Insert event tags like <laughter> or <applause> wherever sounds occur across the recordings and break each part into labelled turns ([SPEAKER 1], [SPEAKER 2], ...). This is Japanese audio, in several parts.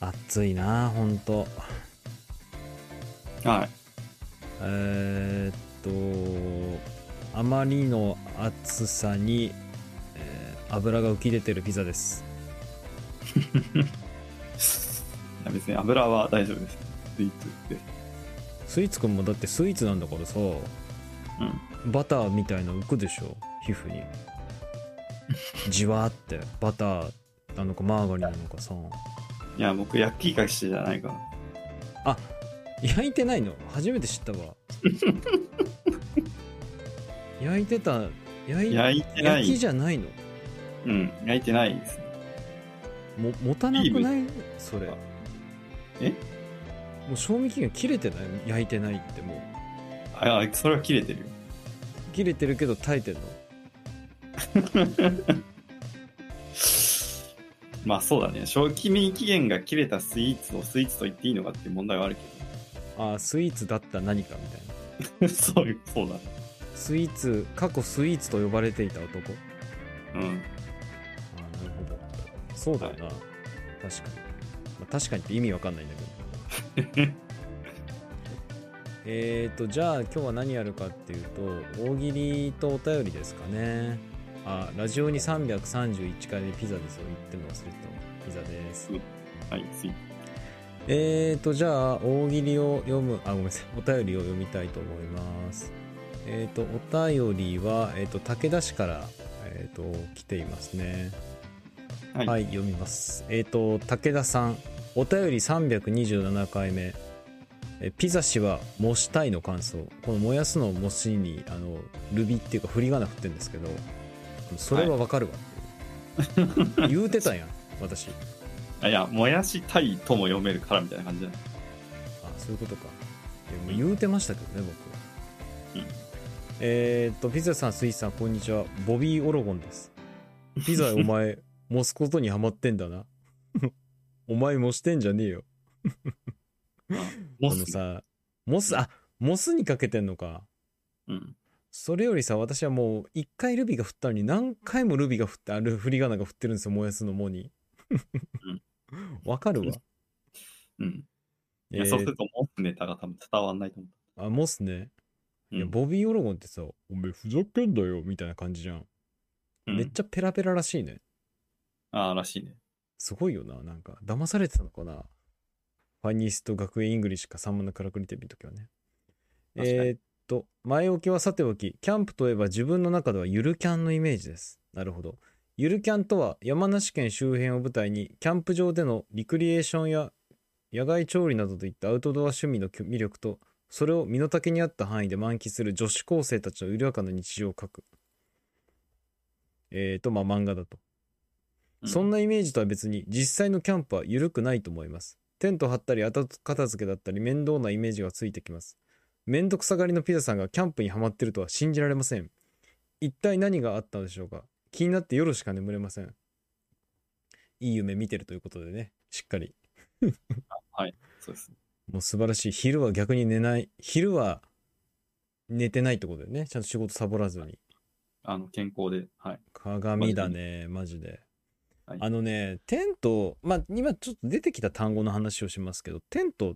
[SPEAKER 1] 暑いなほんと
[SPEAKER 2] はい。
[SPEAKER 1] えーっとあまりの暑さに、えー油が浮き出てるピザです
[SPEAKER 2] いや別に油は大丈夫です。スイーツです。
[SPEAKER 1] スイーツくんもだってスイーツなんだからさ
[SPEAKER 2] うん。
[SPEAKER 1] バターみたいの浮くでしょ皮膚
[SPEAKER 2] <laughs>
[SPEAKER 1] にじわーってバターなのかマーガリンなのかさ
[SPEAKER 2] いや、僕、焼き菓子じゃないから。
[SPEAKER 1] あ焼いてないの初めて知
[SPEAKER 2] <laughs>
[SPEAKER 1] ったわ焼いてた焼い
[SPEAKER 2] 焼いてな
[SPEAKER 1] 焼き
[SPEAKER 2] い。
[SPEAKER 1] じゃないの
[SPEAKER 2] うん。焼いてないですね。
[SPEAKER 1] も持たなくないそれ
[SPEAKER 2] え
[SPEAKER 1] もう賞味期限切れてない焼いてないってもう
[SPEAKER 2] あ、あそれは切れてるよ。
[SPEAKER 1] 切れてるけど耐えてんの
[SPEAKER 2] まあそうだね。賞味期限が切れたスイーツをスイーツと言っていいのかっていう問題はあるけ
[SPEAKER 1] あースイーツだった何かみたいな
[SPEAKER 2] ど。 <laughs> そういう、そうだね。
[SPEAKER 1] スイーツ過去スイーツと呼ばれていた男
[SPEAKER 2] う
[SPEAKER 1] あー
[SPEAKER 2] ん。
[SPEAKER 1] なるほどそうだよな、確かに、まあ、確かにって意味わかんないんだけど <laughs> えーとじゃあ今日は何やるかっていうと大喜利とお便りですかねあラジオに331回目ピザですよ言っても忘れてたピザです
[SPEAKER 2] はい、スイーツ。
[SPEAKER 1] えーと、じゃあ、大喜利を読む、あ、ごめんなさい、お便りを読みたいと思います。えーと、お便りは、えーと、武田市から、えーと、来ていますね。
[SPEAKER 2] はい
[SPEAKER 1] 読みます。えーと、武田さん、お便り327回目。えピザ氏は、もしたいの感想。この燃やすのもしに、あの、ルビっていうか、振り仮名振ってるんですけど、それはわかるわって
[SPEAKER 2] <laughs>
[SPEAKER 1] いう言うてたやん、私。
[SPEAKER 2] あいや、もやしたいとも読めるからみたいな感じだね。
[SPEAKER 1] あそういうことかいやもう言うてましたけどね僕
[SPEAKER 2] うん
[SPEAKER 1] えーっとピザさんスイさんこんにちはボビー・オロゴンですピザお
[SPEAKER 2] <laughs>
[SPEAKER 1] 前モすことにハマってんだな <laughs> お前モしてんじゃねえよ
[SPEAKER 2] モ
[SPEAKER 1] あの
[SPEAKER 2] ス。
[SPEAKER 1] さモスあモスにかけてんのか
[SPEAKER 2] うん。
[SPEAKER 1] それよりさ私はもう一回ルビが振ったのに何回もルビが振ってある振り仮名が振ってるんですよ燃やすの「も」に <laughs> わかるわ
[SPEAKER 2] うん。いや、そうす
[SPEAKER 1] えー
[SPEAKER 2] るとモスネタが多分伝わんないと思
[SPEAKER 1] あモスね
[SPEAKER 2] う。
[SPEAKER 1] いや
[SPEAKER 2] うん
[SPEAKER 1] ボビー・オロゴンってさ「おめえふざけんなよ」みたいな感じじゃん
[SPEAKER 2] うん
[SPEAKER 1] めっちゃペラペラらしいね。
[SPEAKER 2] ああ、らしいね。
[SPEAKER 1] すごいよな。なんか、騙されてたのかな。ファニスト学園イングリッシュか、サンマのカラクリテレビの時はね。
[SPEAKER 2] 確かに
[SPEAKER 1] えーっと、前置きはさておき、キャンプといえば自分の中ではゆるキャンのイメージです。なるほど。ゆるキャンとは、山梨県周辺を舞台に、キャンプ場でのリクリエーションや野外調理などといったアウトドア趣味の魅力と、それを身の丈に合った範囲で満喫する女子高生たちの緩やかな日常を描く。えーっと、まあ漫画だと。
[SPEAKER 2] う
[SPEAKER 1] そんなイメージとは別に実際のキャンプは緩くないと思います。テント張ったり後片付けだったり面倒なイメージがついてきます。面倒くさがりのピザさんがキャンプにはまってるとは信じられません。一体何があったのでしょうか気になって夜しか眠れません。いい夢見てるということでね、しっかり。
[SPEAKER 2] そうです。
[SPEAKER 1] もう素晴らしい。昼は逆に寝ない。昼は寝てないってことだよね。ちゃんと仕事サボらずに。
[SPEAKER 2] あの、健康で。はい。
[SPEAKER 1] 鏡だね、マジで。
[SPEAKER 2] はい
[SPEAKER 1] あのね、テント、まあ、今ちょっと出てきた単語の話をしますけど、テント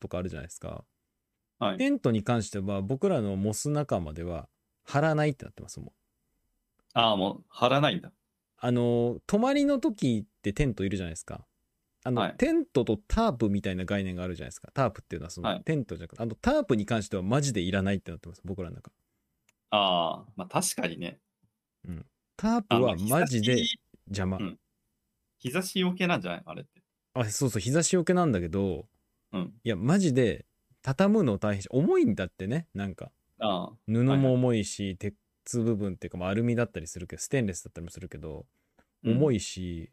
[SPEAKER 1] とかあるじゃないですか。
[SPEAKER 2] はい。
[SPEAKER 1] テントに関しては、僕らのモス仲間では、張らないってなってますもん。
[SPEAKER 2] ああ、もう、貼らないんだ。
[SPEAKER 1] あの、泊まりの時ってテントいるじゃないですか。あの、
[SPEAKER 2] はい
[SPEAKER 1] テントとタープみたいな概念があるじゃないですか。タープっていうのは、その、
[SPEAKER 2] はい
[SPEAKER 1] テントじゃなくて、あの、タープに関してはマジでいらないってなってます、僕らの中。
[SPEAKER 2] ああ、まあ確かにね。
[SPEAKER 1] ター
[SPEAKER 2] あ
[SPEAKER 1] プ
[SPEAKER 2] の
[SPEAKER 1] はマジで邪魔。
[SPEAKER 2] うん日差しよけなんじゃないあれって。
[SPEAKER 1] あ、そうそう、日差しよけなんだけど、
[SPEAKER 2] うん。
[SPEAKER 1] いや、マジで、畳むの大変し、重いんだってね、なんか。
[SPEAKER 2] ああ、
[SPEAKER 1] 布も重いし、鉄部分っていうか、まあ、アルミだったりするけど、ステンレスだったりもするけど、重
[SPEAKER 2] い。
[SPEAKER 1] いし、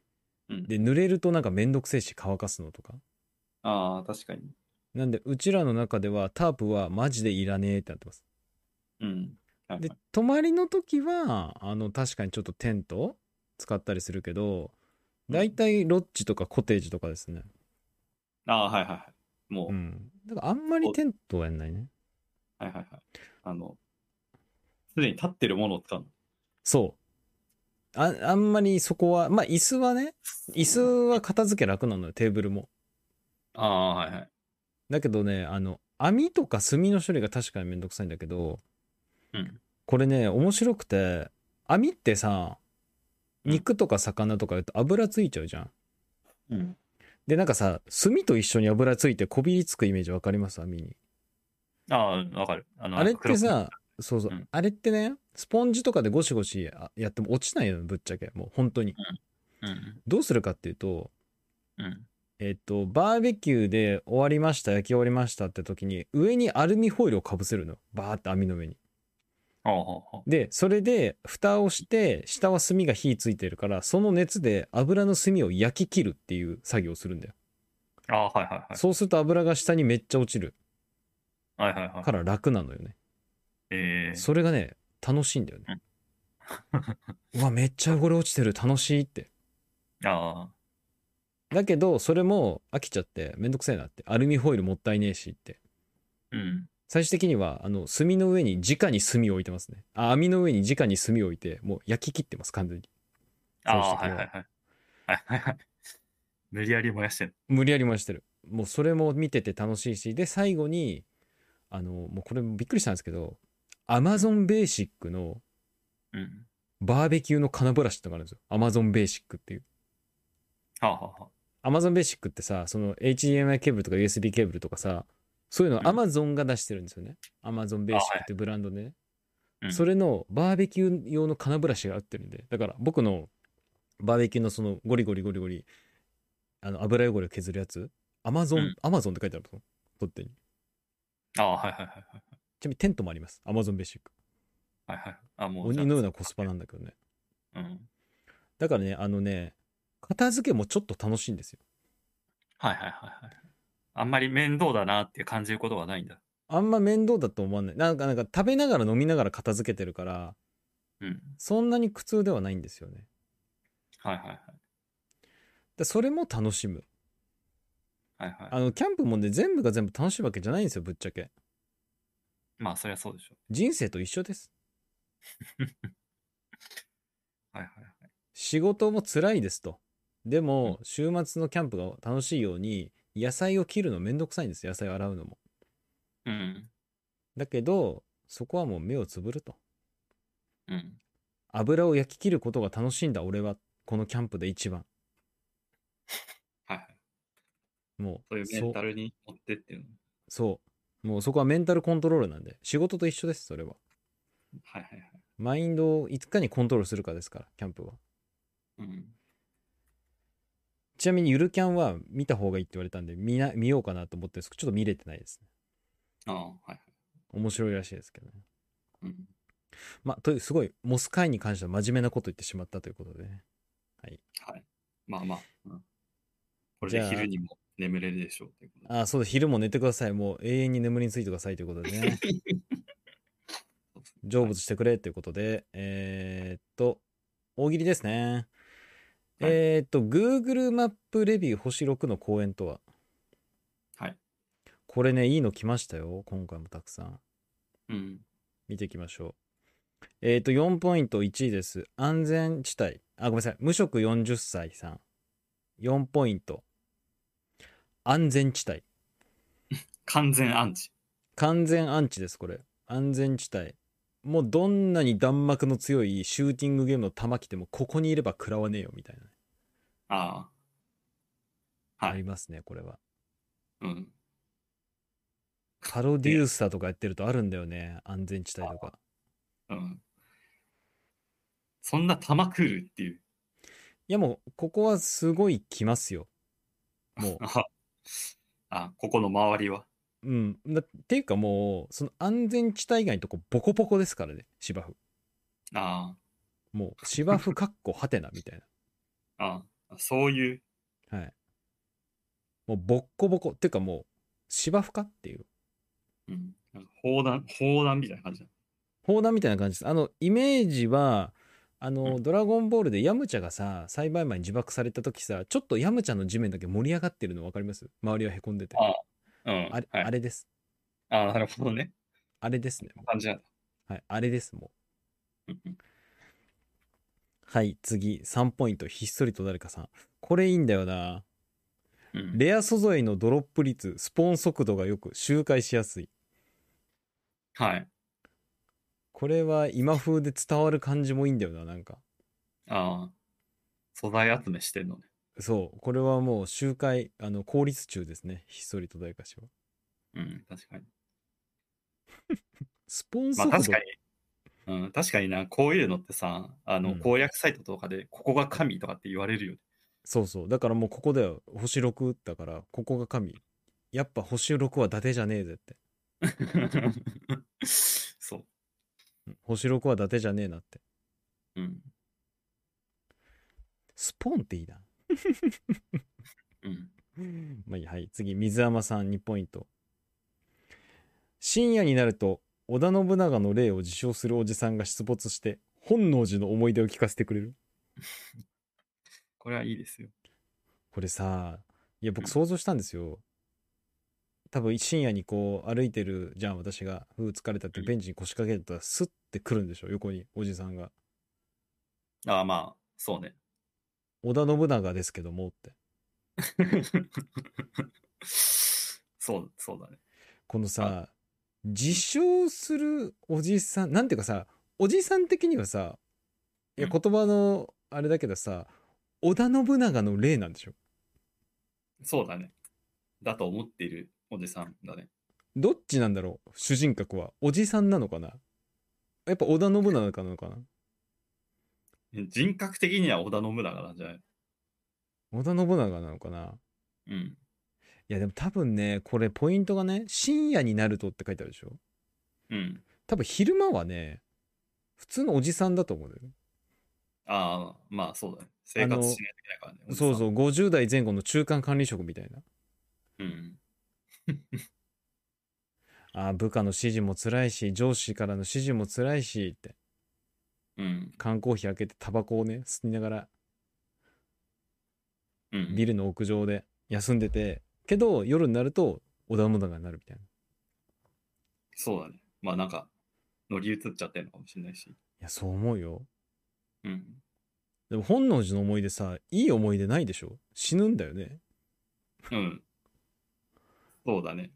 [SPEAKER 2] うん
[SPEAKER 1] で、濡れるとなんかめんどくせえし、乾かすのとか。
[SPEAKER 2] ああ、確かに。
[SPEAKER 1] なんで、うちらの中では、タープはマジでいらねえってなってます。
[SPEAKER 2] うん。はい
[SPEAKER 1] で
[SPEAKER 2] はい、
[SPEAKER 1] 泊まりの時は、あの、確かにちょっとテント使ったりするけど、だいたいロッジとかコテージとかですね。
[SPEAKER 2] ああ、はいはいはい。もう、
[SPEAKER 1] うん。だからあんまりテントはやんないね。
[SPEAKER 2] はいはいはい。あの、すでに立ってるものを使うの。
[SPEAKER 1] そう。ああんまりそこは、まあ椅子はね、椅子は片付け楽なのよ、テーブルも。
[SPEAKER 2] ああ、はいはい。
[SPEAKER 1] だけどねあの網とか炭の処理が確かにめんどくさいんだけど
[SPEAKER 2] うん。
[SPEAKER 1] これね面白くて網ってさ
[SPEAKER 2] うん
[SPEAKER 1] 肉とか魚とかやると油ついちゃうじゃん。
[SPEAKER 2] うん。
[SPEAKER 1] でなんかさ炭と一緒に油ついてこびりつくイメージわかります網に。
[SPEAKER 2] ああ、わかる。あの
[SPEAKER 1] あれって、
[SPEAKER 2] なん
[SPEAKER 1] さ
[SPEAKER 2] か
[SPEAKER 1] そうそう、
[SPEAKER 2] うん
[SPEAKER 1] あれってねスポンジとかでゴシゴシややっても落ちないのぶっちゃけもう本当に。
[SPEAKER 2] 黒く
[SPEAKER 1] どうするかっていうと
[SPEAKER 2] うん。うん。
[SPEAKER 1] えっとバーベキューで終わりました焼き終わりましたって時に上にアルミホイルをかぶせるのバーって網の上に。
[SPEAKER 2] ああ、はあ、は
[SPEAKER 1] でそれで蓋をして下は炭が火ついてるからその熱で油の炭を焼き切るっていう作業をするんだよ、
[SPEAKER 2] あ。ああ、はいはい
[SPEAKER 1] そうすると油が下にめっちゃ落ちる
[SPEAKER 2] はい。はいはいはい。
[SPEAKER 1] から楽なのよね、
[SPEAKER 2] ええ
[SPEAKER 1] それがね楽しいんだよね <laughs> うわめっちゃ汚れ落ちてる楽しいって
[SPEAKER 2] あ
[SPEAKER 1] だけどそれも飽きちゃってめんどくせえなってアルミホイルもったいねえしって
[SPEAKER 2] あ。うん。
[SPEAKER 1] 最終的にはあの炭の上に直に炭を置いてますねあ網の上に直に炭を置いてもう焼き切ってます完全に
[SPEAKER 2] ああ、
[SPEAKER 1] そう
[SPEAKER 2] は
[SPEAKER 1] し
[SPEAKER 2] い
[SPEAKER 1] て
[SPEAKER 2] はいはい。はいはいはい。無理やり燃やしてる。
[SPEAKER 1] 無理やり燃やしてるもうそれも見てて楽しいしで最後にあのもうこれびっくりしたんですけどアマゾンベーシックの
[SPEAKER 2] うん。
[SPEAKER 1] バーベキューの金ブラシってのがあるんですよアマゾンベーシックっていう
[SPEAKER 2] はあ、はあ、は
[SPEAKER 1] アマゾンベーシックってさその HDMI ケーブルとか USB ケーブルとかさそういうの
[SPEAKER 2] うん
[SPEAKER 1] アマゾンが出してるんですよねアマゾンベーシックってブランドでね、
[SPEAKER 2] あ。うん
[SPEAKER 1] そ。れのバーベキュー用の金ブラシが売ってるんでだから僕のバーベキューのそのゴリゴリゴリゴリあの油汚れを削るやつアマゾ
[SPEAKER 2] う
[SPEAKER 1] ン
[SPEAKER 2] ん
[SPEAKER 1] アマゾンって書いてあると取ってに
[SPEAKER 2] ああ、はいはいはいはい。
[SPEAKER 1] ちなみにテントもあります。アマゾンベーシック。
[SPEAKER 2] はいはい。あ、もう。
[SPEAKER 1] 鬼のようなコスパなんだけどね。
[SPEAKER 2] パ。うん。
[SPEAKER 1] だからね、あのね、片付けもちょっと楽しいんですよ。
[SPEAKER 2] はいはいはいはい。あんまり面倒だなって感じることはないんだ。
[SPEAKER 1] あんま面倒だと思わない。なんか、なんか食べながら飲みながら片付けてるから、
[SPEAKER 2] うん。
[SPEAKER 1] そんなに苦痛ではないんですよね。
[SPEAKER 2] はいはいはい。
[SPEAKER 1] でそれも楽しむ。
[SPEAKER 2] はいはい。
[SPEAKER 1] あの、キャンプもね、全部が全部楽しいわけじゃないんですよ、ぶっちゃけ。
[SPEAKER 2] まあ、そりゃそうでしょ
[SPEAKER 1] 人生と一緒です。
[SPEAKER 2] う。はいはいはい。
[SPEAKER 1] 仕事も辛いですと。でも、週末のキャンプが楽しいように、野菜を切るのめんどくさいんです、野菜を洗うのも。
[SPEAKER 2] うん。
[SPEAKER 1] だけど、そこはもう目をつぶると。
[SPEAKER 2] うん。
[SPEAKER 1] 油を焼き切ることが楽しいんだ俺はこのキャンプで一番
[SPEAKER 2] はいはい。
[SPEAKER 1] も
[SPEAKER 2] そう
[SPEAKER 1] う
[SPEAKER 2] いうメンタルに持ってっていうの。
[SPEAKER 1] そうそうもうそこはメンタルコントロールなんで仕事と一緒ですそれは
[SPEAKER 2] はいはいはい。
[SPEAKER 1] マインドをいかにコントロールするかですからキャンプは
[SPEAKER 2] うん。
[SPEAKER 1] ちなみにゆるキャンは見た方がいいって言われたんで見な見ようかなと思ってるんですけどちょっと見れてないですね
[SPEAKER 2] ああ、はいはい。
[SPEAKER 1] 面白いらしいですけどね
[SPEAKER 2] うん。
[SPEAKER 1] まあというすごいモス会に関しては真面目なこと言ってしまったということでね
[SPEAKER 2] はい。まあまあ。うん、これ
[SPEAKER 1] じ
[SPEAKER 2] で
[SPEAKER 1] ゃあ
[SPEAKER 2] 昼にも眠れるでしょうということで。
[SPEAKER 1] ああそうだ昼も寝てくださいもう永遠に眠りについてくださいということで
[SPEAKER 2] <laughs>
[SPEAKER 1] ね成仏してくれということで、えーっと、大喜利ですね。
[SPEAKER 2] はい
[SPEAKER 1] えーっと、Google マップレビュー星6の公演とは
[SPEAKER 2] はい。
[SPEAKER 1] これね、いいの来ましたよ。今回もたくさん。
[SPEAKER 2] うん。
[SPEAKER 1] 見ていきましょう。えーっと、4ポイント1位です。安全地帯。あ、ごめんなさい。無職40歳さん。4ポイント。安全地帯。
[SPEAKER 2] 完全アンチ。
[SPEAKER 1] 完全アンチです、これ。安全地帯。もうどんなに弾幕の強いシューティングゲームの弾来ても、ここにいれば食らわねえよ、みたいな。
[SPEAKER 2] ああ。
[SPEAKER 1] あ
[SPEAKER 2] は
[SPEAKER 1] り
[SPEAKER 2] い。
[SPEAKER 1] ますねこれは
[SPEAKER 2] うん。
[SPEAKER 1] パロデューサーとかやってるとあるんだよね安全地帯とか
[SPEAKER 2] うん。そんな玉来るっていう。
[SPEAKER 1] いやもうここはすごい来ますよも
[SPEAKER 2] ああ、ここの周りは。
[SPEAKER 1] ううんだっていうかもうその安全地帯以外のとこボコボコですからね芝生
[SPEAKER 2] あ
[SPEAKER 1] もう芝生かっこはてなみたい
[SPEAKER 2] あ、ああ、そういう。
[SPEAKER 1] な <laughs> はいもうボッコボコっていうかもう芝生かっていう
[SPEAKER 2] うん。なんか砲弾、砲弾みたいな感じだ。
[SPEAKER 1] 砲弾みたいな感じですあのイメージはあの、
[SPEAKER 2] うん
[SPEAKER 1] ドラゴンボールでヤムチャがさ栽培前に自爆された時さちょっとヤムチャの地面だけ盛り上がってるの分かります周りはへこんでて
[SPEAKER 2] あうん。
[SPEAKER 1] あれ,、
[SPEAKER 2] はい、
[SPEAKER 1] あれです。
[SPEAKER 2] ああ、なるほどね。
[SPEAKER 1] あれですね。
[SPEAKER 2] 感じなんだ。
[SPEAKER 1] はい、あれです、もう。
[SPEAKER 2] うんうん
[SPEAKER 1] はい、次、3ポイント、ひっそりと誰かさん。これいいんだよな。
[SPEAKER 2] うん
[SPEAKER 1] レア素材のドロップ率、スポーン速度が良く、周回しやすい。
[SPEAKER 2] はい。
[SPEAKER 1] これは今風で伝わる感じもいいんだよな、なんか。
[SPEAKER 2] ああ。素材集めしてんのね。
[SPEAKER 1] そう、これはもう周回、あの、効率中ですね。ひっそりと大歌詞は。
[SPEAKER 2] うん、確かに。
[SPEAKER 1] スポーン
[SPEAKER 2] まあ
[SPEAKER 1] 速度、
[SPEAKER 2] 確かに。うん、確かにな、こういうのってさ、あの、
[SPEAKER 1] うん
[SPEAKER 2] 攻略サイトとかで、ここが神とかって言われるよね。 <laughs>
[SPEAKER 1] そうそう。だからもうここだよ。星6だから、ここが神。やっぱ星6は伊達じゃねえぜって。
[SPEAKER 2] そ
[SPEAKER 1] うん星6は伊達じゃねえなって。
[SPEAKER 2] う。うん。
[SPEAKER 1] スポーンっていいな。
[SPEAKER 2] うん。
[SPEAKER 1] <laughs> まあいい、はい。次、水山さん2ポイント。深夜になると、織田信長の霊を自称するおじさんが出没して、本能寺の思い出を聞かせてくれる。
[SPEAKER 2] これはいいですよ。
[SPEAKER 1] これさ、いや、
[SPEAKER 2] う
[SPEAKER 1] 僕
[SPEAKER 2] ん
[SPEAKER 1] 想像したんですよ。多分深夜にこう歩いてるじゃん、私が。ふう疲れたって
[SPEAKER 2] うん
[SPEAKER 1] ベンチに腰掛けてたら、スッて来るんでしょ、横に、おじさんが。
[SPEAKER 2] ああ、まあ、そうね。 <laughs>
[SPEAKER 1] 織田信長ですけどもって。
[SPEAKER 2] そう、そうだね。
[SPEAKER 1] このさ、自称するおじさん、なんていうかさ、おじさん的にはさ、いや、
[SPEAKER 2] うん
[SPEAKER 1] 言葉のあれだけどさ、織田信長の霊なんでしょ
[SPEAKER 2] そうだね。だと思っているおじさんだね。
[SPEAKER 1] どっちなんだろう主人格は。おじさんなのかなやっぱ織田信長なのかな
[SPEAKER 2] 人格的には織田信長なんじゃない
[SPEAKER 1] 織田信長なのかな
[SPEAKER 2] うん。
[SPEAKER 1] いやでも多分ねこれポイントがね深夜になるとって書いてあるでしょ
[SPEAKER 2] うん。
[SPEAKER 1] 多分昼間はね普通のおじさんだと思うんだよね
[SPEAKER 2] ああ、まあそうだね。生活しないといけないからね。おじさん
[SPEAKER 1] そうそう50代前後の中間管理職みたいな
[SPEAKER 2] うん。
[SPEAKER 1] あー部下の指示も辛いし上司からの指示も辛いしって
[SPEAKER 2] うん。
[SPEAKER 1] 缶コーヒー開けてタバコをね吸いながら
[SPEAKER 2] うん。
[SPEAKER 1] ビルの屋上で休んでてけど夜になると織田信長になるみたいな
[SPEAKER 2] そうだね。まあなんか、乗り移っちゃってるのかもしれないし。
[SPEAKER 1] いやそう思うよ
[SPEAKER 2] うん。
[SPEAKER 1] でも本能寺の思い出さいい思い出ないでしょ死ぬんだよね
[SPEAKER 2] うん。そうだね。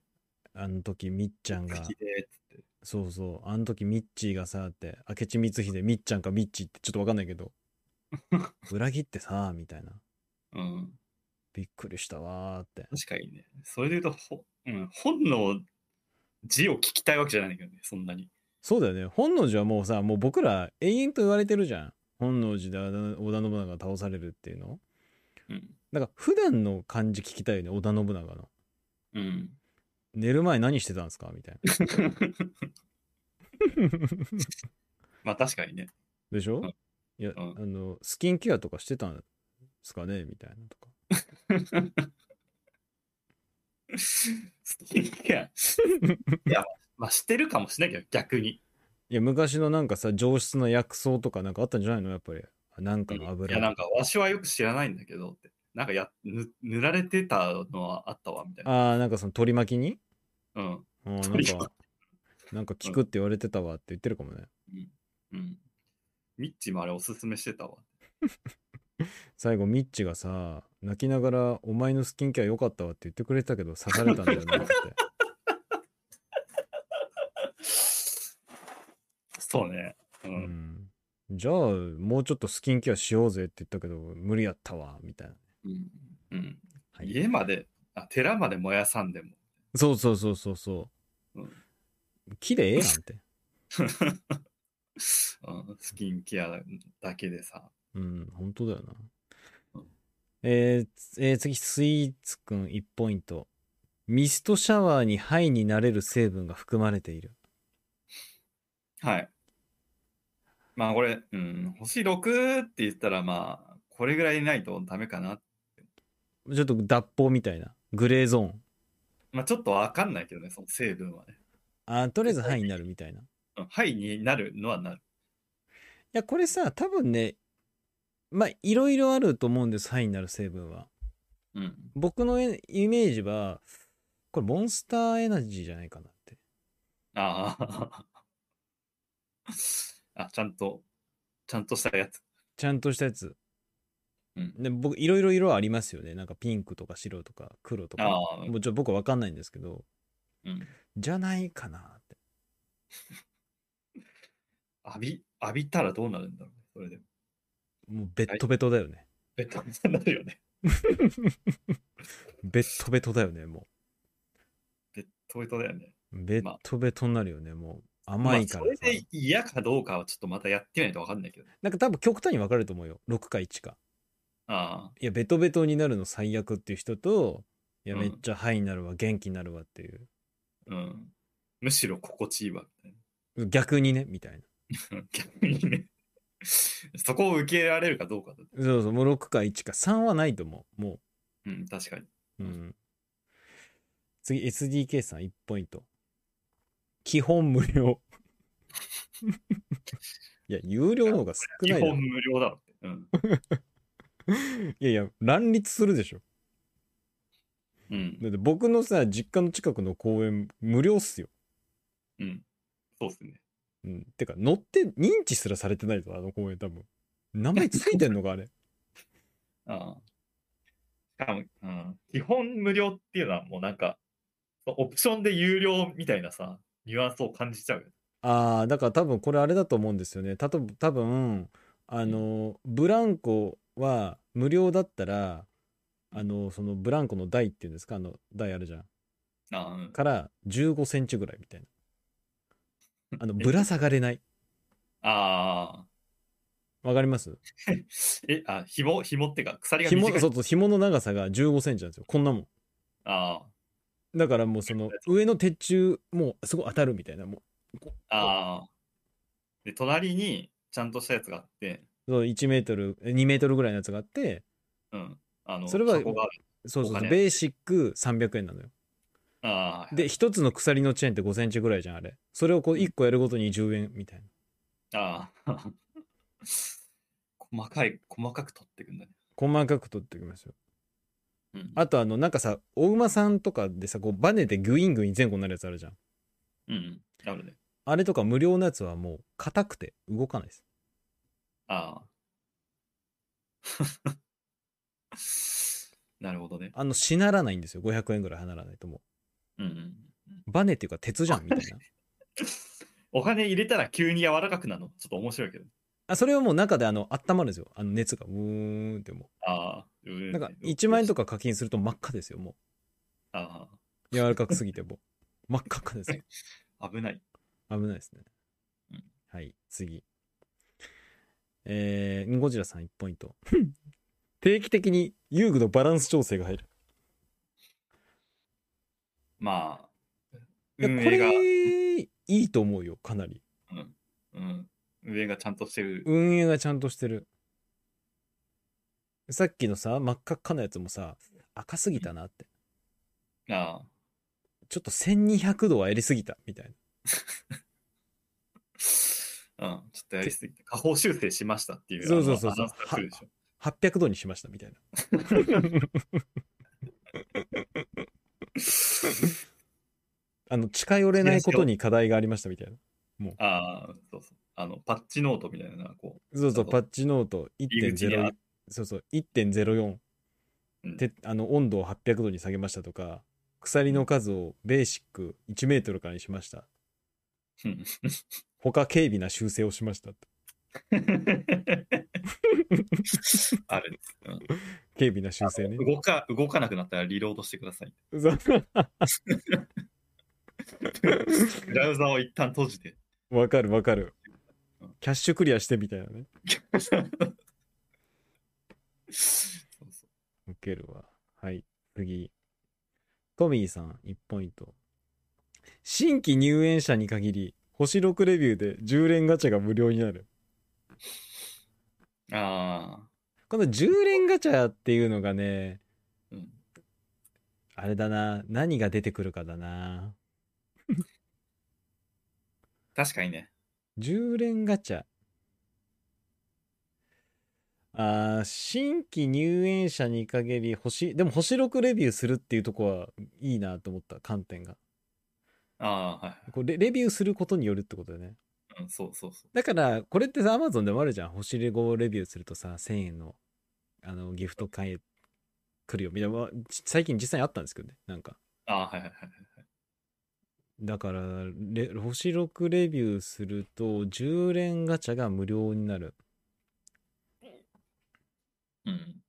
[SPEAKER 1] あの時みっちゃんが
[SPEAKER 2] 口で、つって。
[SPEAKER 1] そうそう。あの時、ミッチーがさ、って、明智光秀、みっちゃんかミッチーってちょっとわかんないけ
[SPEAKER 2] <laughs>
[SPEAKER 1] ど、裏切ってさ、みたいな。
[SPEAKER 2] うん。
[SPEAKER 1] びっくりしたわーって。
[SPEAKER 2] 確かにね。それで言うと、ほうん、本の字を聞きたいわけじゃないんだけどね、そんなに。
[SPEAKER 1] そうだよね。本能寺はもうさ、もう僕ら永遠と言われてるじゃん。本能寺で織田信長が倒されるっていうの。
[SPEAKER 2] うん。
[SPEAKER 1] だから普段の感じ聞きたいよね、織田信長の。 <laughs>
[SPEAKER 2] うん。
[SPEAKER 1] 寝る前何してたんですかみたいな。
[SPEAKER 2] <laughs> まあ確かにね。
[SPEAKER 1] でしょ
[SPEAKER 2] うん
[SPEAKER 1] いや、
[SPEAKER 2] うん
[SPEAKER 1] あの、スキンケアとかしてたんですかねみたいなとか。
[SPEAKER 2] スキンケア。 <laughs> いや、まあしてるかもしれないけど、逆に。
[SPEAKER 1] いや、昔のなんかさ、上質な薬草とかなんかあったんじゃないのやっぱり。なんかの
[SPEAKER 2] い
[SPEAKER 1] 油。
[SPEAKER 2] や、なんか、わしはよく知らないんだけどって。なんかや、ぬ塗られてたのはあったわ、みたいな。
[SPEAKER 1] ああ、なんかその取り巻きに
[SPEAKER 2] うん。
[SPEAKER 1] うん、なん
[SPEAKER 2] 取り巻
[SPEAKER 1] か、なんか聞くって言われてたわって言ってるかもね。
[SPEAKER 2] うん。ミッチーもあれおすすめしてたわ。
[SPEAKER 1] 最後、ミッチがさ、泣きながら、お前のスキンケア良かったわって言ってくれてたけど、刺されたん <laughs> だよねって。
[SPEAKER 2] そうね。う。
[SPEAKER 1] うんん。じゃあ、もうちょっとスキンケアしようぜって言ったけど、無理やったわ、みたいな。
[SPEAKER 2] うん。うん。
[SPEAKER 1] はい
[SPEAKER 2] 家まで、あ、寺まで燃やさんでも。
[SPEAKER 1] そうそうそうそうそう。
[SPEAKER 2] うん
[SPEAKER 1] 木でええやんって。
[SPEAKER 2] うん、スキンケアだけでさ。
[SPEAKER 1] うん、本当だよ
[SPEAKER 2] う。
[SPEAKER 1] なんえーつえー次、スイーツくん1ポイント。ミストシャワーにハイになれる成分が含まれている。
[SPEAKER 2] はい。まあこれ、うん、星6って言ったらまあ、これぐらいないとダメかな。
[SPEAKER 1] ちょっと脱法みたいな。グレーゾーン。
[SPEAKER 2] まあちょっとわかんないけどね、その成分はね。
[SPEAKER 1] あーとりあえずハイになるみたいな。い
[SPEAKER 2] うんはいになるのはなる。
[SPEAKER 1] や、これさ、多分ね、まあ、いろいろあると思うんです、ハイになる成分は。
[SPEAKER 2] うん。
[SPEAKER 1] 僕のえイメージは、これ、モンスターエナジーじゃないかなって。
[SPEAKER 2] あ <laughs> あ。あ、ちゃんと、ちゃんとしたやつ。
[SPEAKER 1] ちゃんとしたやつ。
[SPEAKER 2] うん
[SPEAKER 1] ね、僕いろいろ色ありますよねなんかピンクとか白とか黒とか
[SPEAKER 2] ああ、
[SPEAKER 1] もうちょ僕わかんないんですけど
[SPEAKER 2] うん。
[SPEAKER 1] じゃないかなって
[SPEAKER 2] 浴び、浴びたらどうなるんだろうね。それでも。
[SPEAKER 1] もうベットベトだよね、
[SPEAKER 2] ベトベトになる
[SPEAKER 1] <laughs>
[SPEAKER 2] よね。
[SPEAKER 1] ベットベトだよねも
[SPEAKER 2] ベトベトだよね。
[SPEAKER 1] うベットベトになるよねもう甘いから
[SPEAKER 2] まあ、
[SPEAKER 1] さ
[SPEAKER 2] それで嫌かどうかはちょっとまたやってみないとわかんないけど。
[SPEAKER 1] なんか多分極端に分かれると思うよ6か1か
[SPEAKER 2] あ
[SPEAKER 1] いやベトベトになるの最悪っていう人といや
[SPEAKER 2] うん
[SPEAKER 1] めっちゃハイになるわ元気になるわっていう
[SPEAKER 2] あ、うん。むしろ心地いいわ、み
[SPEAKER 1] 逆にねみたいな
[SPEAKER 2] たいな。逆にね。 <laughs> そこを受け入れられるかどうかだね。
[SPEAKER 1] そうそうもう6か1か3はないと思うも
[SPEAKER 2] うん、確かに。
[SPEAKER 1] う、う、
[SPEAKER 2] うん
[SPEAKER 1] 次 SDK さん1ポイント基本無
[SPEAKER 2] <laughs>
[SPEAKER 1] 料いや有料の方が少
[SPEAKER 2] 基
[SPEAKER 1] ないな
[SPEAKER 2] 本無料だろって。うん。
[SPEAKER 1] いやいや乱立するでしょ
[SPEAKER 2] うん。
[SPEAKER 1] <laughs> だって僕のさ実家の近くの公園無料っすよ、
[SPEAKER 2] うん。そうっすね。
[SPEAKER 1] うん、てか乗って認知すらされてないぞあの公園多分名前ついてんのかあれ
[SPEAKER 2] ああ。しかも、うん、基本無料っていうのはもうなんか、オプションで有料みたいなさ、ニュアンスを感じちゃうよね。
[SPEAKER 1] ああ、だから多分これあれだと思うんですよね。たと、多分、あの、ブランコは無料だったら、あの、そのブランコの台っていうんですか、あの、台あるじゃん。
[SPEAKER 2] ああ、うん。
[SPEAKER 1] から15センチぐらいみたいな。あの、ぶら下がれない。
[SPEAKER 2] ああ。
[SPEAKER 1] わかります
[SPEAKER 2] え、あ、紐、紐ってか、鎖が
[SPEAKER 1] 紐、
[SPEAKER 2] 短い。
[SPEAKER 1] そうそう、紐の長さが15センチなんですよ。こんなもん。
[SPEAKER 2] あ
[SPEAKER 1] だからもうその、上の鉄柱、もうすごい当たるみたいな、も
[SPEAKER 2] あ。ああ。で、隣にちゃんとしたやつがあって、
[SPEAKER 1] う、そう1メートル、2メートルぐらいのやつがあって、
[SPEAKER 2] うん。あの、
[SPEAKER 1] それは
[SPEAKER 2] 箱が
[SPEAKER 1] そうそうそ
[SPEAKER 2] お
[SPEAKER 1] う、
[SPEAKER 2] 金
[SPEAKER 1] ベーシック300円なのよ。
[SPEAKER 2] ああ。
[SPEAKER 1] で、一つの鎖のチェーンって5センチぐらいじゃん、あれ。それをこう、一個やるごとに10円みたいな。
[SPEAKER 2] ああ。 <laughs> 細かい、細かく取っていくんだね。
[SPEAKER 1] 細かく取ってきますよ。
[SPEAKER 2] うん。
[SPEAKER 1] あと、あの、なんかさ、お馬さんとかでさ、こう、バネでグイングイン前後になるやつあるじゃん。
[SPEAKER 2] うん。なるね。
[SPEAKER 1] あれとか無料のやつはもう、硬くて動かないです。
[SPEAKER 2] あ <laughs> あ。なるほどね。
[SPEAKER 1] あの、しならないんですよ。500円ぐらい離らないとも
[SPEAKER 2] うんうん。
[SPEAKER 1] う。バネっていうか、鉄じゃん、みたいな。
[SPEAKER 2] お金入れたら急に柔らかくなるの。ちょっと面白いけど。
[SPEAKER 1] あ、それはもう中で、あの、温まるんですよ。あの、熱が、うーんっても
[SPEAKER 2] ああ。う
[SPEAKER 1] う。
[SPEAKER 2] ん
[SPEAKER 1] なんか、1万円と
[SPEAKER 2] か。
[SPEAKER 1] か課金すると真っ赤ですよ、も
[SPEAKER 2] あ
[SPEAKER 1] う。柔らかくすぎてもう。真っ赤っかですよ。
[SPEAKER 2] あ。危ない。
[SPEAKER 1] 危ないですね
[SPEAKER 2] うん。
[SPEAKER 1] はい、次。えー、ゴジラさん1ポイント。定期的に遊具のバランス調整が入る。
[SPEAKER 2] まあ。
[SPEAKER 1] いや
[SPEAKER 2] 運
[SPEAKER 1] こ
[SPEAKER 2] 営が、
[SPEAKER 1] れ、いいと思うよ、かなり。
[SPEAKER 2] うん。運営がちゃんとしてる。
[SPEAKER 1] 運営がちゃんとしてる。さっきのさ、真っ赤っかなやつもさ、赤すぎたなって。
[SPEAKER 2] ああ。
[SPEAKER 1] ちょっと1200度はやりすぎた、みたいな。
[SPEAKER 2] うん、ちょっとやりすぎて、下方修正しましたっていう。
[SPEAKER 1] そうそうそう
[SPEAKER 2] あ
[SPEAKER 1] そう
[SPEAKER 2] のアナウンスが来るでしょ
[SPEAKER 1] 800度にしました、みたいな。
[SPEAKER 2] <laughs>
[SPEAKER 1] あの、近寄れないことに課題がありました、みたいな。
[SPEAKER 2] ああ、そうそう。あの、パッチノートみたいなのがこ
[SPEAKER 1] そうそう、
[SPEAKER 2] なるほど
[SPEAKER 1] パッチノート
[SPEAKER 2] 入り口にあ
[SPEAKER 1] 1.0、そうそう、1.04、
[SPEAKER 2] うん
[SPEAKER 1] てあの温度を800度に下げましたとか、鎖の数をベーシック1メートルからにしました。
[SPEAKER 2] う。
[SPEAKER 1] <laughs>
[SPEAKER 2] うん <laughs>
[SPEAKER 1] 他軽微な修正をしました。
[SPEAKER 2] あれです、
[SPEAKER 1] 軽微な修正ね。
[SPEAKER 2] うん動か。動かなくなったらリロードしてく
[SPEAKER 1] <laughs>
[SPEAKER 2] ださい。
[SPEAKER 1] そう <laughs>
[SPEAKER 2] ブラウザを一旦閉じて。
[SPEAKER 1] わかるわかる
[SPEAKER 2] うん。
[SPEAKER 1] キャッシュクリアしてみたいなね。
[SPEAKER 2] そうそ
[SPEAKER 1] 受けるわ。はい、次。トミーさん、1ポイント。新規入園者に限り、星6レビューで10連ガチャが無料になる。
[SPEAKER 2] うああ、
[SPEAKER 1] この10連ガチャっていうのがね、
[SPEAKER 2] うん。
[SPEAKER 1] あれだな、何が出てくるかだな。
[SPEAKER 2] 確かにね。
[SPEAKER 1] 10連ガチャ。あー新規入園者に限り星、でも星6レビューするっていうとこはいいなと思った観点が。
[SPEAKER 2] ああ、は
[SPEAKER 1] こうレレビューすることによるってことだよね。
[SPEAKER 2] い。うん、そうそうそう。
[SPEAKER 1] だから、これってさ、アマゾンでもあるじゃん。星5レビューするとさ、1000円のあの、ギフト買え、来るよ、みたいな、まあち最近実際にあったんですけどね、なんか。
[SPEAKER 2] あーはいはいはい。
[SPEAKER 1] だから、レ星6レビューすると、10連ガチャが無料になる。
[SPEAKER 2] うん。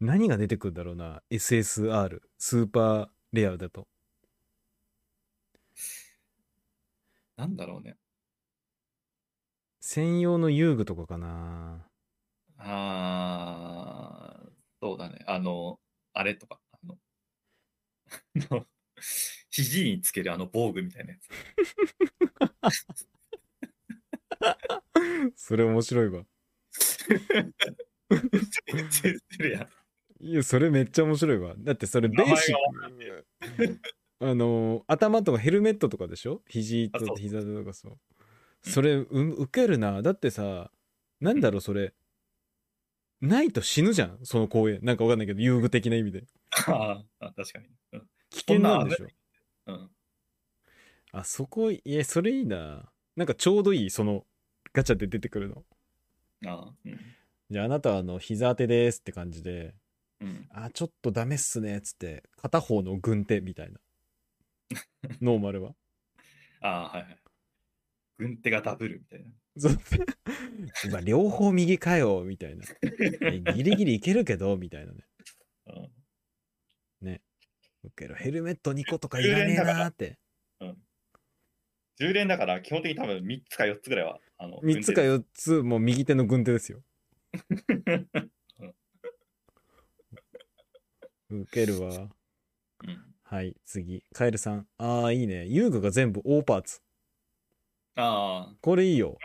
[SPEAKER 1] 何が出てくるんだろうな、SSR、スーパーレアだと。
[SPEAKER 2] なんだろうね。
[SPEAKER 1] 専用の遊具とかかな。
[SPEAKER 2] ああ、そうだね。あの、あれとか、あの、 <laughs> あの肘につけるあの防具みたいなやつ。
[SPEAKER 1] それ面白いわ。
[SPEAKER 2] <laughs> めっちゃ言ってるやん。
[SPEAKER 1] いや、それめっちゃ面白いわ。だってそれベーシック。あのー、頭とかヘルメットとかでしょ肘
[SPEAKER 2] あそ
[SPEAKER 1] と
[SPEAKER 2] う
[SPEAKER 1] 膝とかそう。それ、うん、受けるな。だってさ、なんだろう、それ。ないと死ぬじゃん、その公園。なんかわかんないけど、遊具的な意味で。
[SPEAKER 2] あーあ、確かに。うん。
[SPEAKER 1] 危険なんでしょ
[SPEAKER 2] うん、
[SPEAKER 1] あ、そこ、いや、それいいな。なんかちょうどいい、その、ガチャで出てくるの。
[SPEAKER 2] あー
[SPEAKER 1] じゃあ、あなたは、あの、膝当てですって感じで、
[SPEAKER 2] うん。うん。
[SPEAKER 1] あ、ちょっとダメっすね、つって、片方の軍手みた <laughs> いな。ノーマルは。
[SPEAKER 2] ああ、はいはい。軍手がダブルみたいな。
[SPEAKER 1] そう <laughs> まあ両方右かよ、みたいな。えギリギリいけるけど、みたいなね。
[SPEAKER 2] うん
[SPEAKER 1] 受けるヘルメット2個とかいらねえなーって。
[SPEAKER 2] 10連だから、基本的に多分3つか4つぐらいは、あの、
[SPEAKER 1] 3つか
[SPEAKER 2] 4
[SPEAKER 1] 4つ、もう右手の軍手ですよ。
[SPEAKER 2] <laughs>
[SPEAKER 1] 受けるわ。
[SPEAKER 2] うん。
[SPEAKER 1] はい、次。カエルさん。ああ、いいね。遊具が全部大パーツ。
[SPEAKER 2] あ
[SPEAKER 1] これいいよ。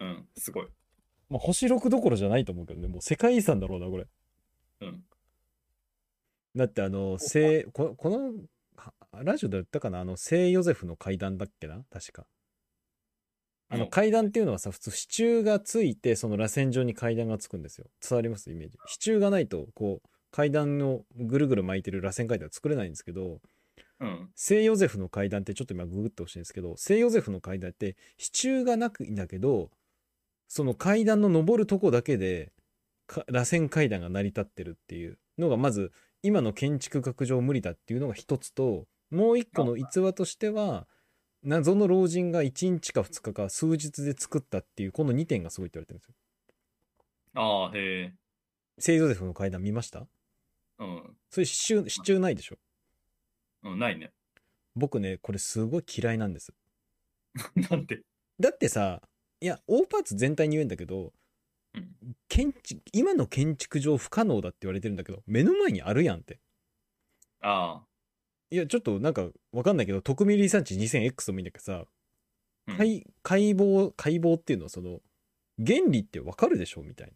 [SPEAKER 2] あ、うん、すごい。
[SPEAKER 1] まあ、星6どころじゃないと思うけどね。もう世界遺産だろうな、これ。
[SPEAKER 2] うん。
[SPEAKER 1] だってあの、聖、ここの、はラジオで言ったかなあの、聖ヨゼフの階段だっけな確か。あの、
[SPEAKER 2] うん
[SPEAKER 1] 階段っていうのはさ、普通、支柱がついて、その螺旋状に階段がつくんですよ。伝わりますイメージ。支柱がないと、こう、階段をぐるぐる巻いてる螺旋階段は作れないんですけど、
[SPEAKER 2] うん。
[SPEAKER 1] 聖ヨゼフの階段ってちょっと今ググってほしいんですけど聖ヨゼフの階段って支柱がなくんだけどその階段の上るとこだけでか螺旋階段が成り立ってるっていうのがまず今の建築学上無理だっていうのが一つともう一個の逸話としては謎の老人が1日か2日か数日で作ったっていうこの2点がすごいって言われてるんですよ。
[SPEAKER 2] ああ、へえ。
[SPEAKER 1] 聖ヨゼフの階段見ました
[SPEAKER 2] うん。
[SPEAKER 1] それ支柱支柱ないでしょ
[SPEAKER 2] うん、ないね。 <laughs>
[SPEAKER 1] 僕ねこれすごい嫌いなんです。
[SPEAKER 2] なんて。
[SPEAKER 1] だってさいや大パーツ全体に言うんだけど、
[SPEAKER 2] うん
[SPEAKER 1] 建築今の建築上不可能だって言われてるんだけど目の前にあるやんって
[SPEAKER 2] ああ。
[SPEAKER 1] いやちょっとなんかわかんないけど特命リサーチ 2000X でもいいんだけどさ、
[SPEAKER 2] うん
[SPEAKER 1] 解解剖解剖っていうのはその原理ってわかるでしょみたいな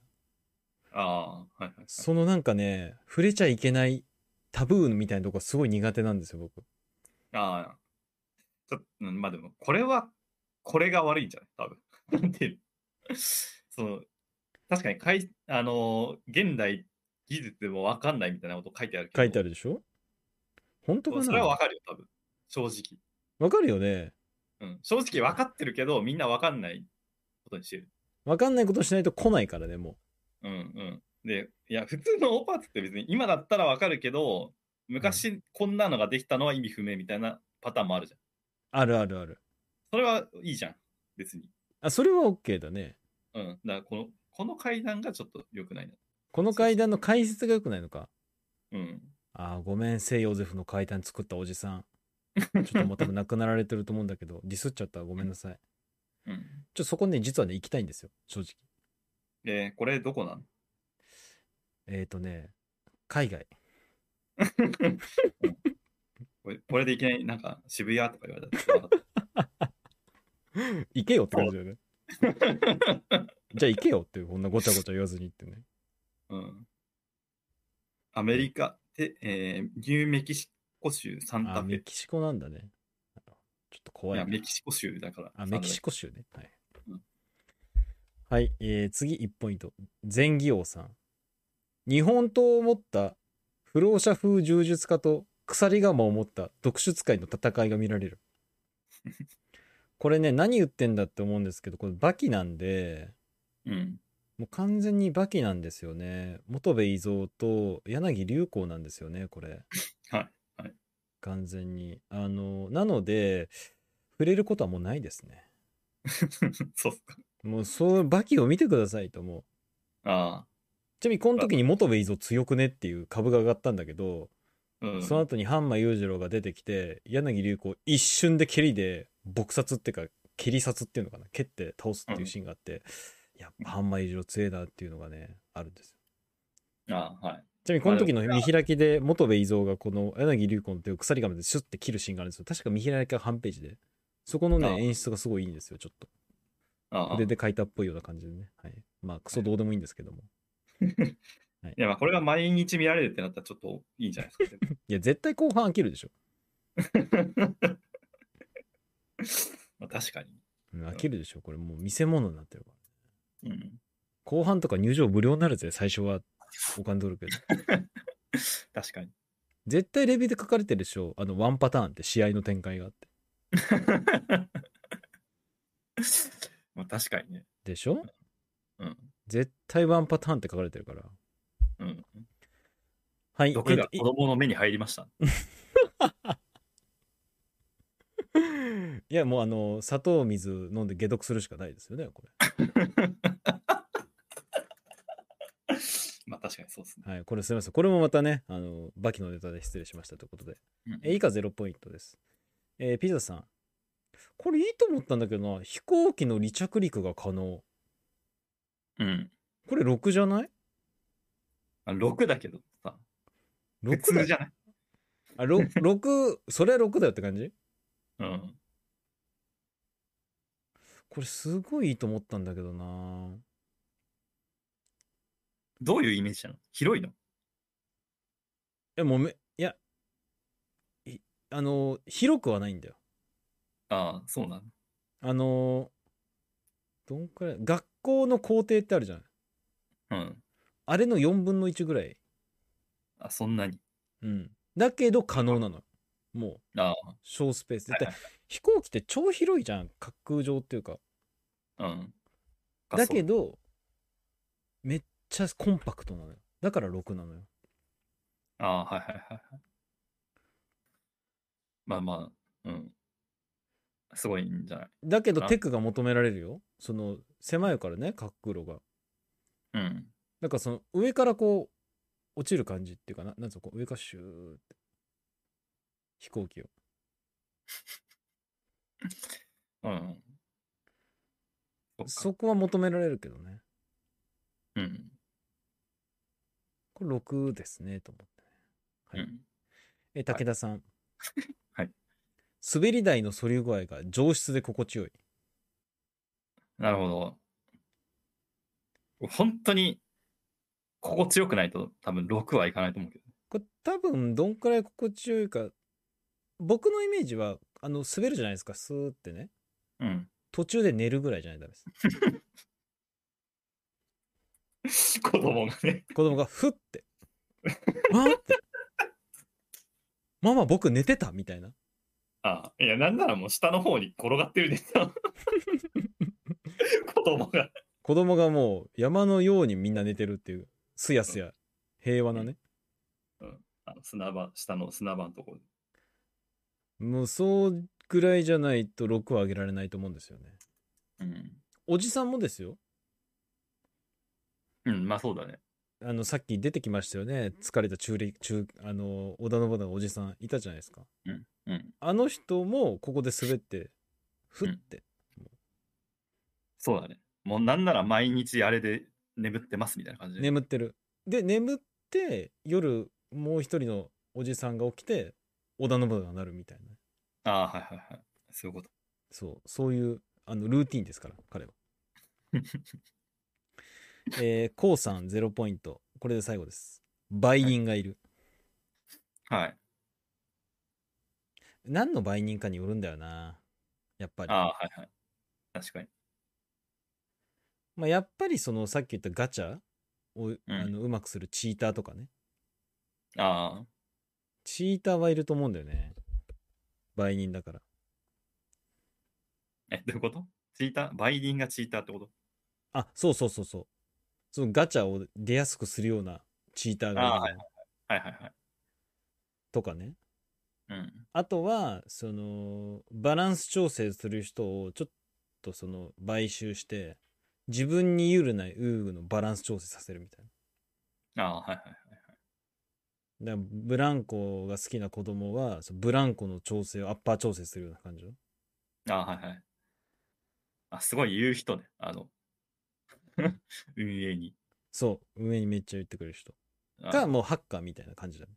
[SPEAKER 2] ああ、はいはいはい。
[SPEAKER 1] そのなんかね触れちゃいけないタブーみたいなとこがすごい苦手なんですよ僕
[SPEAKER 2] ああ。ちょっと、うんまあでも、これは、これが悪いんじゃない多分。 <laughs> なんていうのその、確かにかい、あのー現代技術でもわかんないみたいなこと書いてあるけど。
[SPEAKER 1] 書いてあ
[SPEAKER 2] る。
[SPEAKER 1] るでしょ本当か
[SPEAKER 2] そ
[SPEAKER 1] な
[SPEAKER 2] れはわかるよ、多分。正直。
[SPEAKER 1] わかるよね
[SPEAKER 2] うん。正直わかってるけど、みんなわかんないことにしてる。
[SPEAKER 1] わかんないことしないと来ないからねもう
[SPEAKER 2] うんうん。で、いや、普通のオーパーツって別に今だったらわかるけど、昔こんなのができたのは意味不明みたいなパターンもあるじゃん。
[SPEAKER 1] あるあるある
[SPEAKER 2] それはいいじゃん。別に。
[SPEAKER 1] あそれは OK だね
[SPEAKER 2] うん。だからこの、この階段がちょっと良くないな。
[SPEAKER 1] この階段の解説が良くないのか。
[SPEAKER 2] うん。
[SPEAKER 1] ああ、ごめん、聖ヨゼフの階段作ったおじさん。ちょっともう多分亡くなられてると思うんだけど、 <laughs> ディスっちゃったらごめんなさい。
[SPEAKER 2] うん。
[SPEAKER 1] ちょ、そこね、実はね、行きたいんですよ、正直。
[SPEAKER 2] で、これどこなの
[SPEAKER 1] えっ、ー、とね、海外。
[SPEAKER 2] これこれでいきなりなんか渋谷とか言われたらちょっと分
[SPEAKER 1] 行けよって感じだよね。
[SPEAKER 2] かった
[SPEAKER 1] じゃあ行けよっていう、こんなごちゃごちゃ言わずにってね。
[SPEAKER 2] うん。アメリカで、えーニューメキシコ州サン
[SPEAKER 1] あ
[SPEAKER 2] タ
[SPEAKER 1] ー、
[SPEAKER 2] フ
[SPEAKER 1] メ
[SPEAKER 2] ェ。
[SPEAKER 1] キシコなんだね。ちょっと怖
[SPEAKER 2] い
[SPEAKER 1] い
[SPEAKER 2] や、
[SPEAKER 1] な。
[SPEAKER 2] メキシコ州だから。
[SPEAKER 1] あ、メキシコ州ね。はい
[SPEAKER 2] うん。
[SPEAKER 1] はい、えー、次1ポイント。前義王さん。日本刀を持った不老者風柔術家と鎖鎌を持った独出界の戦いが見ら
[SPEAKER 2] <laughs>
[SPEAKER 1] れる。これね、何言ってんだって思うんですけど、これバキなんで、
[SPEAKER 2] うん。
[SPEAKER 1] もう完全にバキなんですよね。元部伊蔵と柳流行なんですよね、これ。
[SPEAKER 2] はい <laughs> はい
[SPEAKER 1] 完全に。あの、なので、触れることはもうないですね。
[SPEAKER 2] そうっすか。
[SPEAKER 1] もう、そう、バキを見てくださいと、もう。
[SPEAKER 2] あ
[SPEAKER 1] ちなみに、この時に元部伊蔵強くねっていう株が上がったんだけど、
[SPEAKER 2] あ。うん。
[SPEAKER 1] その後に半間裕次郎が出てきて、柳流行一瞬で蹴りで、撲殺っていうか、蹴り殺っていうのかな、蹴って倒すっていうシーンがあって、やっぱ半間裕次郎強えなっていうのがね、あるんですよ
[SPEAKER 2] ああ、はい。
[SPEAKER 1] ちなみにこの時の見開きで元部伊蔵がこの柳流魂っていう鎖亀でシュッて切るシーンがあるんですよ確か見開きが半ページでそこの
[SPEAKER 2] ああ
[SPEAKER 1] ね演出がすごいいいんですよちょっと
[SPEAKER 2] ああ。
[SPEAKER 1] 筆で書いたっぽいような感じでね、はい、まあクソどうでもいいんですけども
[SPEAKER 2] いや、まあこれが毎日見られるってなったらちょっといいんじゃないですか
[SPEAKER 1] いや絶対後半飽きるでしょ、
[SPEAKER 2] でも。
[SPEAKER 1] <laughs>
[SPEAKER 2] まあ確かに。
[SPEAKER 1] うん、飽きるでしょこれもう見せ物になってるから
[SPEAKER 2] うん。
[SPEAKER 1] 後半とか入場無料になるぜ最初はお金取るけ
[SPEAKER 2] <laughs>
[SPEAKER 1] ど
[SPEAKER 2] 確かに。 <laughs>
[SPEAKER 1] 絶対レビューで書かれてるでしょあのワンパターンって試合の展開があって
[SPEAKER 2] まあ確かにね。
[SPEAKER 1] でしょ
[SPEAKER 2] うん。
[SPEAKER 1] 絶対ワンパターンって書かれてるから
[SPEAKER 2] うん。
[SPEAKER 1] はい
[SPEAKER 2] 毒
[SPEAKER 1] え
[SPEAKER 2] が
[SPEAKER 1] っとい
[SPEAKER 2] 子供の目に入りました。
[SPEAKER 1] <laughs> いやもうあの砂糖水飲んで解毒するしかないですよねこ
[SPEAKER 2] まあ確かにそうですね。
[SPEAKER 1] れはいこれすみませんこれもまたねあのバキのネタで失礼しましたということで
[SPEAKER 2] うん
[SPEAKER 1] え以下0ポイントですえーピザさんこれいいと思ったんだけどな飛行機の離着陸が可能
[SPEAKER 2] うん。
[SPEAKER 1] これ6じゃない
[SPEAKER 2] あ6だけどさ、普
[SPEAKER 1] ?6
[SPEAKER 2] 通じ
[SPEAKER 1] だ
[SPEAKER 2] ゃない
[SPEAKER 1] あろ六それは6だよって感じ
[SPEAKER 2] うん。
[SPEAKER 1] これすごいいいと思ったんだけどな
[SPEAKER 2] どういうイメージなの広いの
[SPEAKER 1] えもうめいやいあの広くはないんだよ
[SPEAKER 2] ああ、そうなの。
[SPEAKER 1] あのどんくらい学校の校庭ってあるじゃない
[SPEAKER 2] うん。
[SPEAKER 1] あれの4分の1ぐらい。
[SPEAKER 2] あ、そんなに。
[SPEAKER 1] うん。だけど可能なの。も
[SPEAKER 2] あ
[SPEAKER 1] う、小スペース。
[SPEAKER 2] はい
[SPEAKER 1] だって飛行機って超広いじゃん。滑空場っていうか。
[SPEAKER 2] あ。うん。
[SPEAKER 1] だけ
[SPEAKER 2] ど。
[SPEAKER 1] ど、めっちゃコンパクトなのよ。だから6なのよ。
[SPEAKER 2] ああー、はいはいはいはい。まあまあ、うん。すごいんじゃない
[SPEAKER 1] だけど
[SPEAKER 2] あ
[SPEAKER 1] テクが求められるよ。その、狭いからね、滑空路が。
[SPEAKER 2] うん。
[SPEAKER 1] なんかその、上からこう、落ちる感じっていうかな。なんつうの、こう上からシューって。飛行機を。
[SPEAKER 2] うん。そっか
[SPEAKER 1] そこは求められるけどね。
[SPEAKER 2] うん。
[SPEAKER 1] これ6ですね、と思って。はい
[SPEAKER 2] うん。
[SPEAKER 1] え、武田さん。
[SPEAKER 2] <laughs> はい。
[SPEAKER 1] 滑り台の反り具合が上質で心地よい。
[SPEAKER 2] なるほど。本当に、心地よくないと多分6はいかないと思うけど。
[SPEAKER 1] これ多分どんくらい心地よいか。僕のイメージは、あの、滑るじゃないですか、スーってね。
[SPEAKER 2] うん。 <laughs>
[SPEAKER 1] 途中で寝るぐらいじゃないとダメです。
[SPEAKER 2] 子供がね。
[SPEAKER 1] 子供がふ
[SPEAKER 2] <laughs>
[SPEAKER 1] って。わーって。ママ僕寝てたみたいな。
[SPEAKER 2] ああいや、なんならもう下の方に転がってるでし <laughs> ょ。子供が。
[SPEAKER 1] 子供がもう山のようにみんな寝てるっていう、すやすや、平和なね。
[SPEAKER 2] あの砂場、下の砂場のところ
[SPEAKER 1] もうそうぐらいじゃないと6は上げられないと思うんですよね。
[SPEAKER 2] で。うん。
[SPEAKER 1] おじさんもですよ。
[SPEAKER 2] うん、まあそうだね。
[SPEAKER 1] あの、さっき出てきましたよね。疲れた中力、中、あの、織田信長のおじさんいたじゃないですか。
[SPEAKER 2] うん。
[SPEAKER 1] あの人もここで滑って、ふって。
[SPEAKER 2] そうだね。もうなんなら毎日あれで眠ってますみたいな感じで。
[SPEAKER 1] 眠ってる。で、眠って、夜、もう一人のおじさんが起きて、織田信長になるみたいな。
[SPEAKER 2] ああ、はいはいはい。そういうこと。
[SPEAKER 1] そう、そういう、あの、ルーティンですから、彼は。えー、こうさん0ポイント。これで最後です。売人がいる。
[SPEAKER 2] はい。
[SPEAKER 1] 何の売人かによるんだよな。やっぱり
[SPEAKER 2] あ。あ、はいはい。確かに。
[SPEAKER 1] まあ、やっぱりそのさっき言ったガチャを、
[SPEAKER 2] ん
[SPEAKER 1] あのうまくするチーターとかね
[SPEAKER 2] ああ、
[SPEAKER 1] チーターはいると思うんだよね売人だから
[SPEAKER 2] え、どういうことチーター、売人がチーターってこと
[SPEAKER 1] あそうそうそうそうそのガチャを出やすくするようなチーターがいる
[SPEAKER 2] あー
[SPEAKER 1] の
[SPEAKER 2] はいはいはい。
[SPEAKER 1] とかね。
[SPEAKER 2] うん。
[SPEAKER 1] あとは、その、バランス調整する人をちょっとその、買収して、自分に有利な遊具のバランス調整させるみたい
[SPEAKER 2] ああ、はいはいはい。
[SPEAKER 1] な。だからブランコが好きな子供は、そのブランコの調整をアッパー調整するような感じの。
[SPEAKER 2] ああ、はいはい。あ、すごい言う人ね。あの、 <laughs> 運営に。
[SPEAKER 1] そう、上にめっちゃ言ってくれる人。
[SPEAKER 2] あ
[SPEAKER 1] か、もうハッカーみたいな感じだね。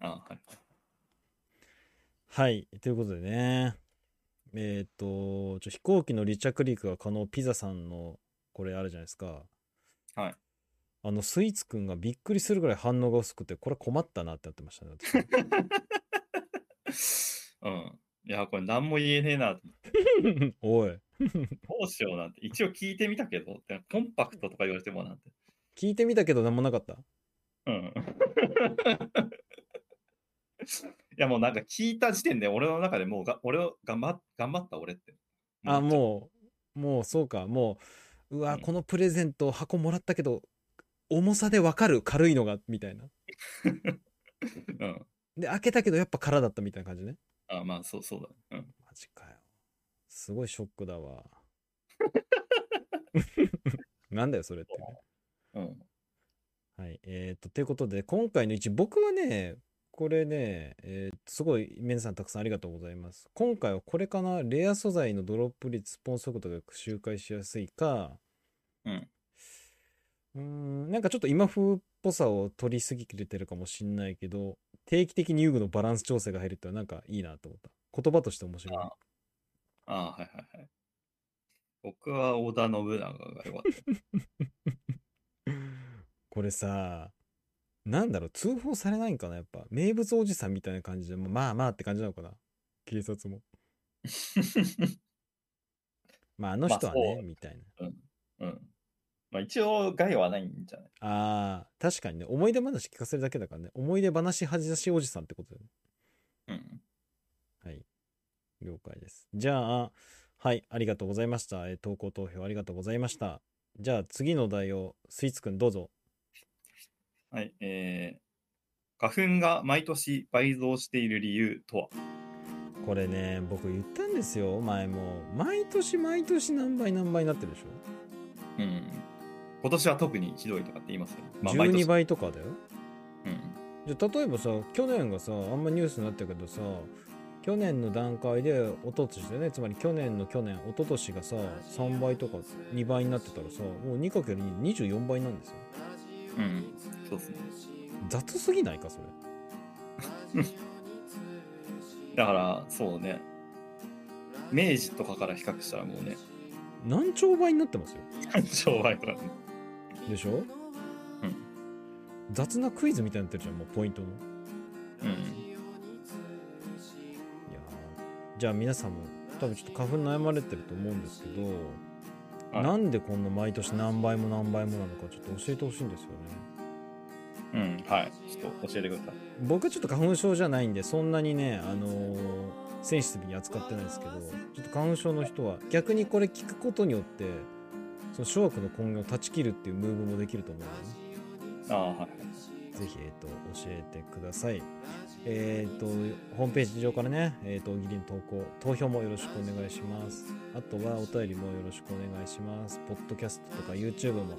[SPEAKER 2] あはいはい。
[SPEAKER 1] はい。ということでね。えっ、と、ちょ飛行機の離着陸が可能ピザさんの、これあるじゃないですか。
[SPEAKER 2] はい。
[SPEAKER 1] あの、スイーツくんがびっくりするぐらい反応が薄くて、これ困ったなってなってましたね。私
[SPEAKER 2] うん。いや、これ何も言えねえな。ど <laughs>
[SPEAKER 1] おい。
[SPEAKER 2] うしようなんて。一応聞いてみたけど、でコンパクトとか言われてもなんて。
[SPEAKER 1] 聞いてみたけど何もなかった
[SPEAKER 2] うん。 <laughs> いや、もうなんか聞いた時点で俺の中でもうが、俺を頑張っ頑張った俺って。
[SPEAKER 1] あ、
[SPEAKER 2] う。
[SPEAKER 1] もう、もうそうか。もう、うわ、
[SPEAKER 2] うん
[SPEAKER 1] このプレゼント箱もらったけど、重さでわかる軽いのが、みたいな。
[SPEAKER 2] うん。
[SPEAKER 1] で、開けたけどやっぱ空だったみたいな感じね。
[SPEAKER 2] あ、まあ、そうそうだ。うん。
[SPEAKER 1] マジかよ。すごいショックだ
[SPEAKER 2] <laughs>
[SPEAKER 1] わ。なんだよ、それってね、
[SPEAKER 2] うん。
[SPEAKER 1] はい。えっ、と、ということで、今回の一、僕はね、これね、えーとすごい、皆さんたくさんありがとうございます。今回はこれかな、レア素材のドロップ率、スポン速度が周回しやすいか、
[SPEAKER 2] うん。
[SPEAKER 1] うーん、なんかちょっと今風っぽさを取りすぎれてるかもしんないけど、定期的に遊具のバランス調整が入るってのはなんかいいなと思った。言葉として面白いね。
[SPEAKER 2] あはいはいはい。僕は織田信長が良かった。 <laughs>
[SPEAKER 1] これさなんだろう通報されないんかなやっぱ名物おじさんみたいな感じでもうまあまあって感じなのかな警察もまああの人は
[SPEAKER 2] まあ
[SPEAKER 1] ね、
[SPEAKER 2] そう
[SPEAKER 1] みたいな
[SPEAKER 2] うん。まあ一応害はないんじゃない
[SPEAKER 1] あー確かにね思い出話聞かせるだけだからね思い出話恥出しおじさんってことだよね
[SPEAKER 2] うん。
[SPEAKER 1] はい了解ですじゃあはいありがとうございました、えー投稿投票ありがとうございましたじゃあ次の題をスイーツくんどうぞ
[SPEAKER 2] はい。えー、花粉が毎年倍増している理由とは
[SPEAKER 1] これね僕言ったんですよ前も毎年毎年何倍何倍になってるでしょ
[SPEAKER 2] うん。今年は特にひどいとかって言いますよね。まあ、毎年
[SPEAKER 1] 12。倍とかだよ
[SPEAKER 2] うん。
[SPEAKER 1] じゃあ例えばさ去年がさあんまニュースになったけどさ去年の段階で一昨年だよねつまり去年の去年一昨年がさ3倍とか2倍になってたらさもう 2×224 倍なんですよ
[SPEAKER 2] うん。そうですね。
[SPEAKER 1] 雑すぎないかそれ
[SPEAKER 2] だから、そうね。明治とかから比較したら <laughs> もうね、
[SPEAKER 1] 何兆倍になってますよ
[SPEAKER 2] 商売とかね。
[SPEAKER 1] でしょ
[SPEAKER 2] うん
[SPEAKER 1] 雑なクイズみたいになってるじゃんもうポイントのい
[SPEAKER 2] うん。
[SPEAKER 1] やーじゃあ皆さんも多分ちょっと花粉悩まれてると思うんですけど、
[SPEAKER 2] はい
[SPEAKER 1] なんでこんな毎年何倍も何倍もなのかちょっと教えてほしいんですよね
[SPEAKER 2] うん。はい。ちょっと教えてください。
[SPEAKER 1] 僕はちょっと花粉症じゃないんでそんなにね、あのーセンシティブに扱ってないですけどちょっと花粉症の人は逆にこれ聞くことによってその諸悪の根源を断ち切るっていうムーブもできると思うの
[SPEAKER 2] ああ、はい。
[SPEAKER 1] で、ね、ぜひ、えー、と教えてくださいえっ、とホームページ上からね、えー、と大喜利の投稿投票もよろしくお願いしますあとはお便りもよろしくお願いしますポッドキャストとか YouTube も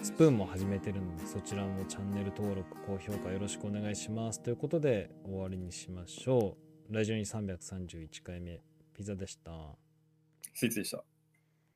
[SPEAKER 1] スプーンも始めてるのでそちらもチャンネル登録高評価よろしくお願いしますということで終わりにしましょうラジオに331回目ピザでした
[SPEAKER 2] スイーツでした。